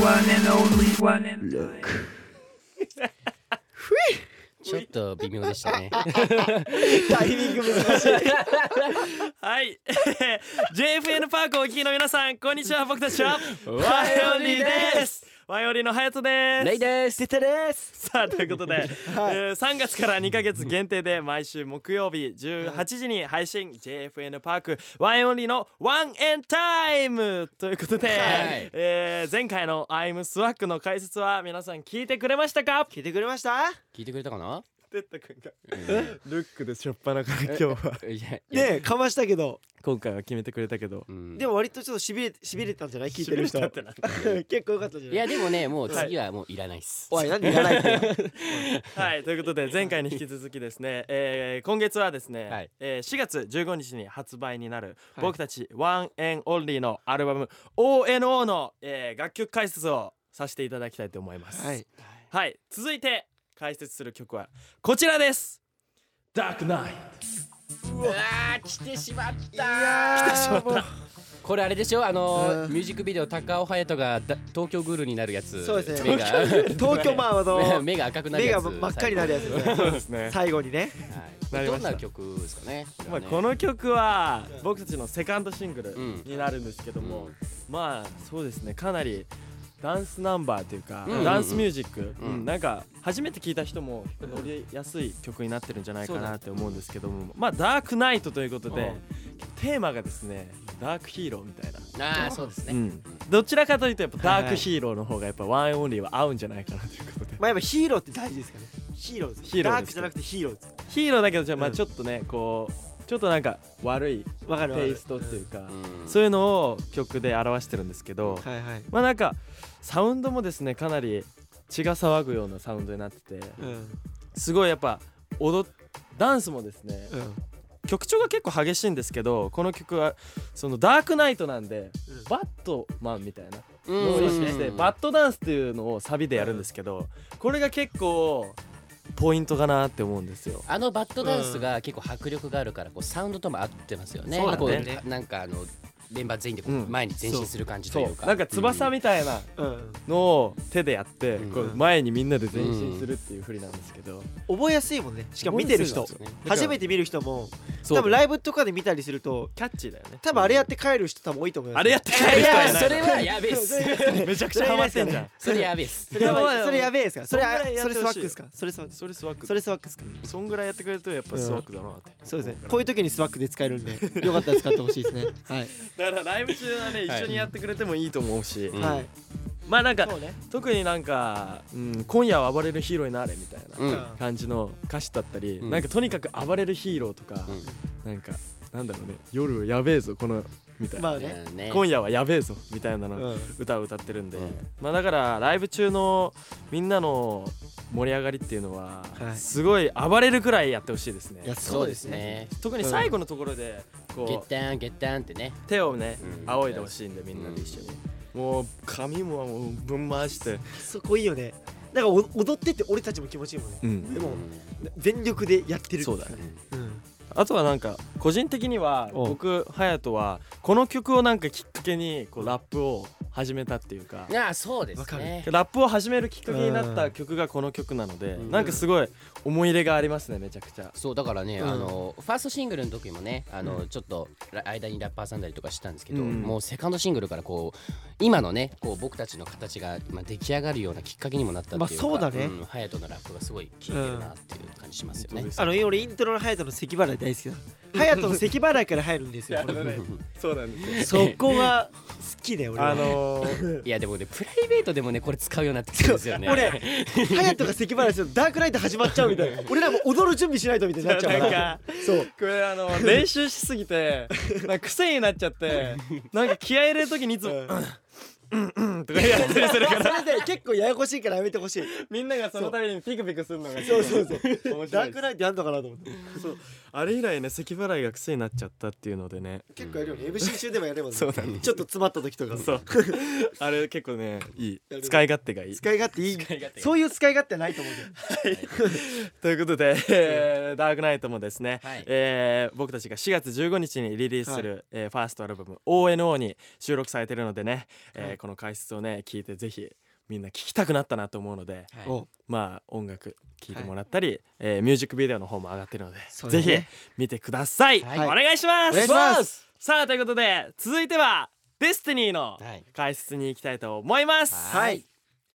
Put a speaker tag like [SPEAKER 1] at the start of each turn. [SPEAKER 1] One and only one and look.
[SPEAKER 2] ちょっと微妙でした ね。
[SPEAKER 3] タイミング難しい。
[SPEAKER 4] はい、JFN パークをお聞きの皆さんこんにちは僕たちはワイオリですワイオリのハヤトです
[SPEAKER 2] レイです。
[SPEAKER 3] 出てです。
[SPEAKER 4] さあという ことで、えー3月から2ヶ月限定で毎週木曜日18時に配信 JFN パークワンオンリーのワンエンタイムということで、えー前回の「I'm SWAC」の解説は皆さん聞いてくれましたか
[SPEAKER 3] 聞いてくれました？
[SPEAKER 2] 聞いてくれたかな？
[SPEAKER 4] テッタ君がルックでしょっぱなから今日は
[SPEAKER 2] いやいや
[SPEAKER 3] ねえかましたけど、
[SPEAKER 4] 今回は決めてくれたけど
[SPEAKER 2] うん
[SPEAKER 3] でも割とちょっとしびれしびれたんじゃない？聞いてる人。
[SPEAKER 4] だってな
[SPEAKER 3] 結構良かった
[SPEAKER 2] い
[SPEAKER 3] じゃない？
[SPEAKER 2] やでもねもう次はもういらないっす。
[SPEAKER 3] おいなんで言わない って。
[SPEAKER 4] はいということ で前回に引き続きですね、えー今月はですね、
[SPEAKER 2] はい
[SPEAKER 4] えー4月15日に発売になる僕たちワンエンオンリーのアルバム「ONO」の、えー楽曲解説をさせていただきたいと思います。
[SPEAKER 3] はい、
[SPEAKER 4] はい、続いて解説する曲はこちらです。ダークナイ
[SPEAKER 2] あ来てしまっ
[SPEAKER 3] いやーも
[SPEAKER 2] これあれでしょあの
[SPEAKER 3] う
[SPEAKER 2] ー
[SPEAKER 3] ん
[SPEAKER 2] ミュージックビデオ高尾隼人がだ東京グールになるやつ。
[SPEAKER 3] うそうです
[SPEAKER 2] 目
[SPEAKER 3] ね。
[SPEAKER 2] が
[SPEAKER 3] 東京マンはあ
[SPEAKER 2] 目
[SPEAKER 3] の
[SPEAKER 2] 目が赤くなる
[SPEAKER 3] 目
[SPEAKER 2] や
[SPEAKER 3] が
[SPEAKER 2] つ。
[SPEAKER 3] 真っ赤になるやつですね。
[SPEAKER 4] ト。そうです ね。
[SPEAKER 3] 最後にね。
[SPEAKER 2] は。
[SPEAKER 4] ないり
[SPEAKER 2] ど
[SPEAKER 4] ま
[SPEAKER 2] ん
[SPEAKER 4] した
[SPEAKER 2] な曲ですかね。
[SPEAKER 4] まあこの曲は僕たちのセカンドシングル
[SPEAKER 2] うん
[SPEAKER 4] になるんですけども、まあそうですねかなりダンスナンバーというか、
[SPEAKER 2] うんうんうん
[SPEAKER 4] ダンスミュージック、
[SPEAKER 2] うん
[SPEAKER 4] うんなんか初めて聞いた人も乗りやすい曲になってるんじゃないかなって思うんですけども、まあダークナイトということで、テーマがですねダークヒーローみたいな、
[SPEAKER 2] ああそうですね。
[SPEAKER 4] うんどちらかというとやっぱダークヒーローの方がやっぱワンオンリーは合うんじゃないかなということで、
[SPEAKER 3] まあやっぱヒーローって大事ですからね。ヒーローです。
[SPEAKER 4] ヒーローです
[SPEAKER 3] ダークじゃなくてヒーローです。
[SPEAKER 4] ヒーローだけどじゃあまあ
[SPEAKER 3] うん
[SPEAKER 4] ちょっとねこうちょっとなんか悪い
[SPEAKER 3] わかるわか
[SPEAKER 4] テイ
[SPEAKER 3] る
[SPEAKER 4] ス。トっていうか。
[SPEAKER 2] うん
[SPEAKER 4] そういうのを曲で表してるんですけど、
[SPEAKER 3] はいはい。
[SPEAKER 4] まあなんかサウンドもですねかなり血が騒ぐようなサウンドになってて
[SPEAKER 3] うん
[SPEAKER 4] すごいやっぱ踊っダンスもですね
[SPEAKER 3] うん。
[SPEAKER 4] 曲調が結構激しいんですけどこの曲はそのダークナイトなんで
[SPEAKER 3] うん
[SPEAKER 4] バットマンみたいな
[SPEAKER 2] うん
[SPEAKER 4] のを
[SPEAKER 2] そ
[SPEAKER 4] 意識
[SPEAKER 2] う
[SPEAKER 4] し
[SPEAKER 2] で
[SPEAKER 4] て
[SPEAKER 2] すね
[SPEAKER 4] バットダンスっていうのをサビでやるんですけどこれが結構ポイントかなって思うんですよ。
[SPEAKER 2] あのバットダンスが結構迫力があるからこうサウンドとも合ってますよね。
[SPEAKER 4] そうだね
[SPEAKER 2] こうなんかあのメンバー全員でこう
[SPEAKER 4] うん
[SPEAKER 2] 前に前進する感じとい
[SPEAKER 4] そう
[SPEAKER 2] か。
[SPEAKER 4] うなんか翼みたいな
[SPEAKER 3] うん。
[SPEAKER 4] のを手でやって
[SPEAKER 2] うん
[SPEAKER 4] こう前にみんなで前進するっていう振りなんですけど
[SPEAKER 3] 覚えやすいもんね。しかも見てる人。初めて見る人も
[SPEAKER 4] そう
[SPEAKER 3] 多分ライブとかで見たりすると
[SPEAKER 4] キャッチーだよね
[SPEAKER 3] 多分あれやって帰る人多分多いと思います
[SPEAKER 4] あれやって帰
[SPEAKER 2] い
[SPEAKER 4] る人は
[SPEAKER 2] や
[SPEAKER 4] いない
[SPEAKER 2] それはやべえっす。
[SPEAKER 4] めちゃくちゃハマってんじゃん
[SPEAKER 2] それやべえっす。
[SPEAKER 3] それやば
[SPEAKER 4] やばい
[SPEAKER 3] いそれやべえですかそれ
[SPEAKER 4] そんぐらいやっ
[SPEAKER 3] そ
[SPEAKER 4] てほしい
[SPEAKER 3] れスワックですかそれスワック
[SPEAKER 4] それスワック
[SPEAKER 3] それスワックですか
[SPEAKER 4] そんぐらいやってくれるとやっぱスワックだなって
[SPEAKER 3] そうですねこういう時にスワックで使 えるんでよかったら使ってほしいですねはい
[SPEAKER 4] だからライブ中はね
[SPEAKER 2] はい
[SPEAKER 4] 一緒にやってくれてもいいと思うし
[SPEAKER 2] うん
[SPEAKER 3] はい
[SPEAKER 4] まあなんか
[SPEAKER 3] そうね
[SPEAKER 4] 特になんかうん今夜は暴れるヒーローになれみたいな
[SPEAKER 2] うん
[SPEAKER 4] 感じの歌詞だったり
[SPEAKER 2] うん
[SPEAKER 4] なんかとにかく暴れるヒーローとかなんかなんだろうね夜やべえぞこのみたい
[SPEAKER 3] ま
[SPEAKER 4] な
[SPEAKER 3] あね
[SPEAKER 2] ね
[SPEAKER 4] 今夜はやべえぞみたいな
[SPEAKER 3] う
[SPEAKER 4] の
[SPEAKER 3] ん
[SPEAKER 4] 歌を歌ってるんで、
[SPEAKER 2] うん
[SPEAKER 4] まあだからライブ中のみんなの盛り上がりっていうのは
[SPEAKER 3] はい
[SPEAKER 4] すごい暴れるくらいやってほしいですね、
[SPEAKER 3] いや
[SPEAKER 2] そうですね。
[SPEAKER 4] 特に最後のところで
[SPEAKER 2] ゲッ
[SPEAKER 4] こう
[SPEAKER 2] タンゲッタンってね。
[SPEAKER 4] 手をね
[SPEAKER 2] うん
[SPEAKER 4] 仰いでほしいんでみんなで一緒に、もう髪ももうぶん回して、
[SPEAKER 3] そこいいよねなんかお踊ってて俺たちも気持ちいいもんねでも全力でやってる
[SPEAKER 4] そうだね
[SPEAKER 3] うん
[SPEAKER 4] あとはなんか個人的には
[SPEAKER 3] お
[SPEAKER 4] 僕隼人はこの曲をなんかきっかけにこうラップを始めたっていうか
[SPEAKER 2] ああそうで
[SPEAKER 3] わ
[SPEAKER 2] す
[SPEAKER 3] か
[SPEAKER 2] ね
[SPEAKER 3] る。
[SPEAKER 4] ラップを始めるきっかけになった曲がこの曲なので、
[SPEAKER 2] うん
[SPEAKER 4] なんかすごい思い入れがありますねめちゃくちゃ。
[SPEAKER 2] そうだからね、
[SPEAKER 3] うん
[SPEAKER 2] あのファーストシングルの時もねあの、ちょっとら間にラッパーさんだりとかしたんですけど、
[SPEAKER 4] うん
[SPEAKER 2] もうセカンドシングルからこう今のねこう僕たちの形が今出来上がるようなきっかけにもなったっていうか、
[SPEAKER 3] まあそうだね
[SPEAKER 2] ん隼人のラップがすごい効いてるなっていう感じしますよね。
[SPEAKER 4] うん
[SPEAKER 3] あの俺イントロのハヤトの咳払い大好 きだハヤトの咳払いから入るんです よ
[SPEAKER 4] そうなんですよ
[SPEAKER 3] そこが好きだよ俺は
[SPEAKER 4] あの ー、
[SPEAKER 2] いやでもねプライベートでもねこれ使うようになってきてるんですよね。
[SPEAKER 3] 俺ハヤトが咳払いするとダークナイト始まっちゃうみたいな俺らも踊る準備しないとみたいになっちゃう
[SPEAKER 4] な
[SPEAKER 3] か
[SPEAKER 4] ん
[SPEAKER 3] ら
[SPEAKER 4] か
[SPEAKER 3] そう
[SPEAKER 4] これあの練習しすぎてなんか癖になっちゃってなんか気合い入れる時にいつもうんとかやったりするから
[SPEAKER 3] それで結構ややこしいからやめてほしい
[SPEAKER 4] みんながそのためにピクピクするのが
[SPEAKER 3] そうそうそう
[SPEAKER 4] 面白
[SPEAKER 3] ダ
[SPEAKER 4] い
[SPEAKER 3] ー
[SPEAKER 4] で
[SPEAKER 3] ク
[SPEAKER 4] す
[SPEAKER 3] ナイトやんのかなと思って
[SPEAKER 4] そうあれ以来ね咳払いが癖になっちゃったっていうのでね
[SPEAKER 3] 結構やるよね MC 中でもやればね
[SPEAKER 4] そうなんで
[SPEAKER 3] ちょっと詰まった時とか
[SPEAKER 4] そうあれ結構ねいい
[SPEAKER 3] やる
[SPEAKER 4] 使い勝手 がいい
[SPEAKER 3] 使い勝手いいそういう使い勝手はないと思うけど
[SPEAKER 4] ということで、えーダークナイトもですね、
[SPEAKER 2] はい
[SPEAKER 4] えー僕たちが4月15日にリリースする、えーファーストアルバム「ONO」に収録されてるのでね、えーこの解説をね聞いてぜひみんな聞きたくなったなと思うので、
[SPEAKER 2] はい
[SPEAKER 3] お
[SPEAKER 4] まあ音楽聞いてもらったり、えーミュージックビデオの方も上がってるので、
[SPEAKER 3] そうだ
[SPEAKER 4] ぜ
[SPEAKER 3] ね
[SPEAKER 4] ひ見てください、
[SPEAKER 2] はい
[SPEAKER 4] お願いします
[SPEAKER 3] お願いします
[SPEAKER 4] さあということで続いてはデスティニーの
[SPEAKER 2] はい
[SPEAKER 4] 解説に行きたいと思います
[SPEAKER 2] はい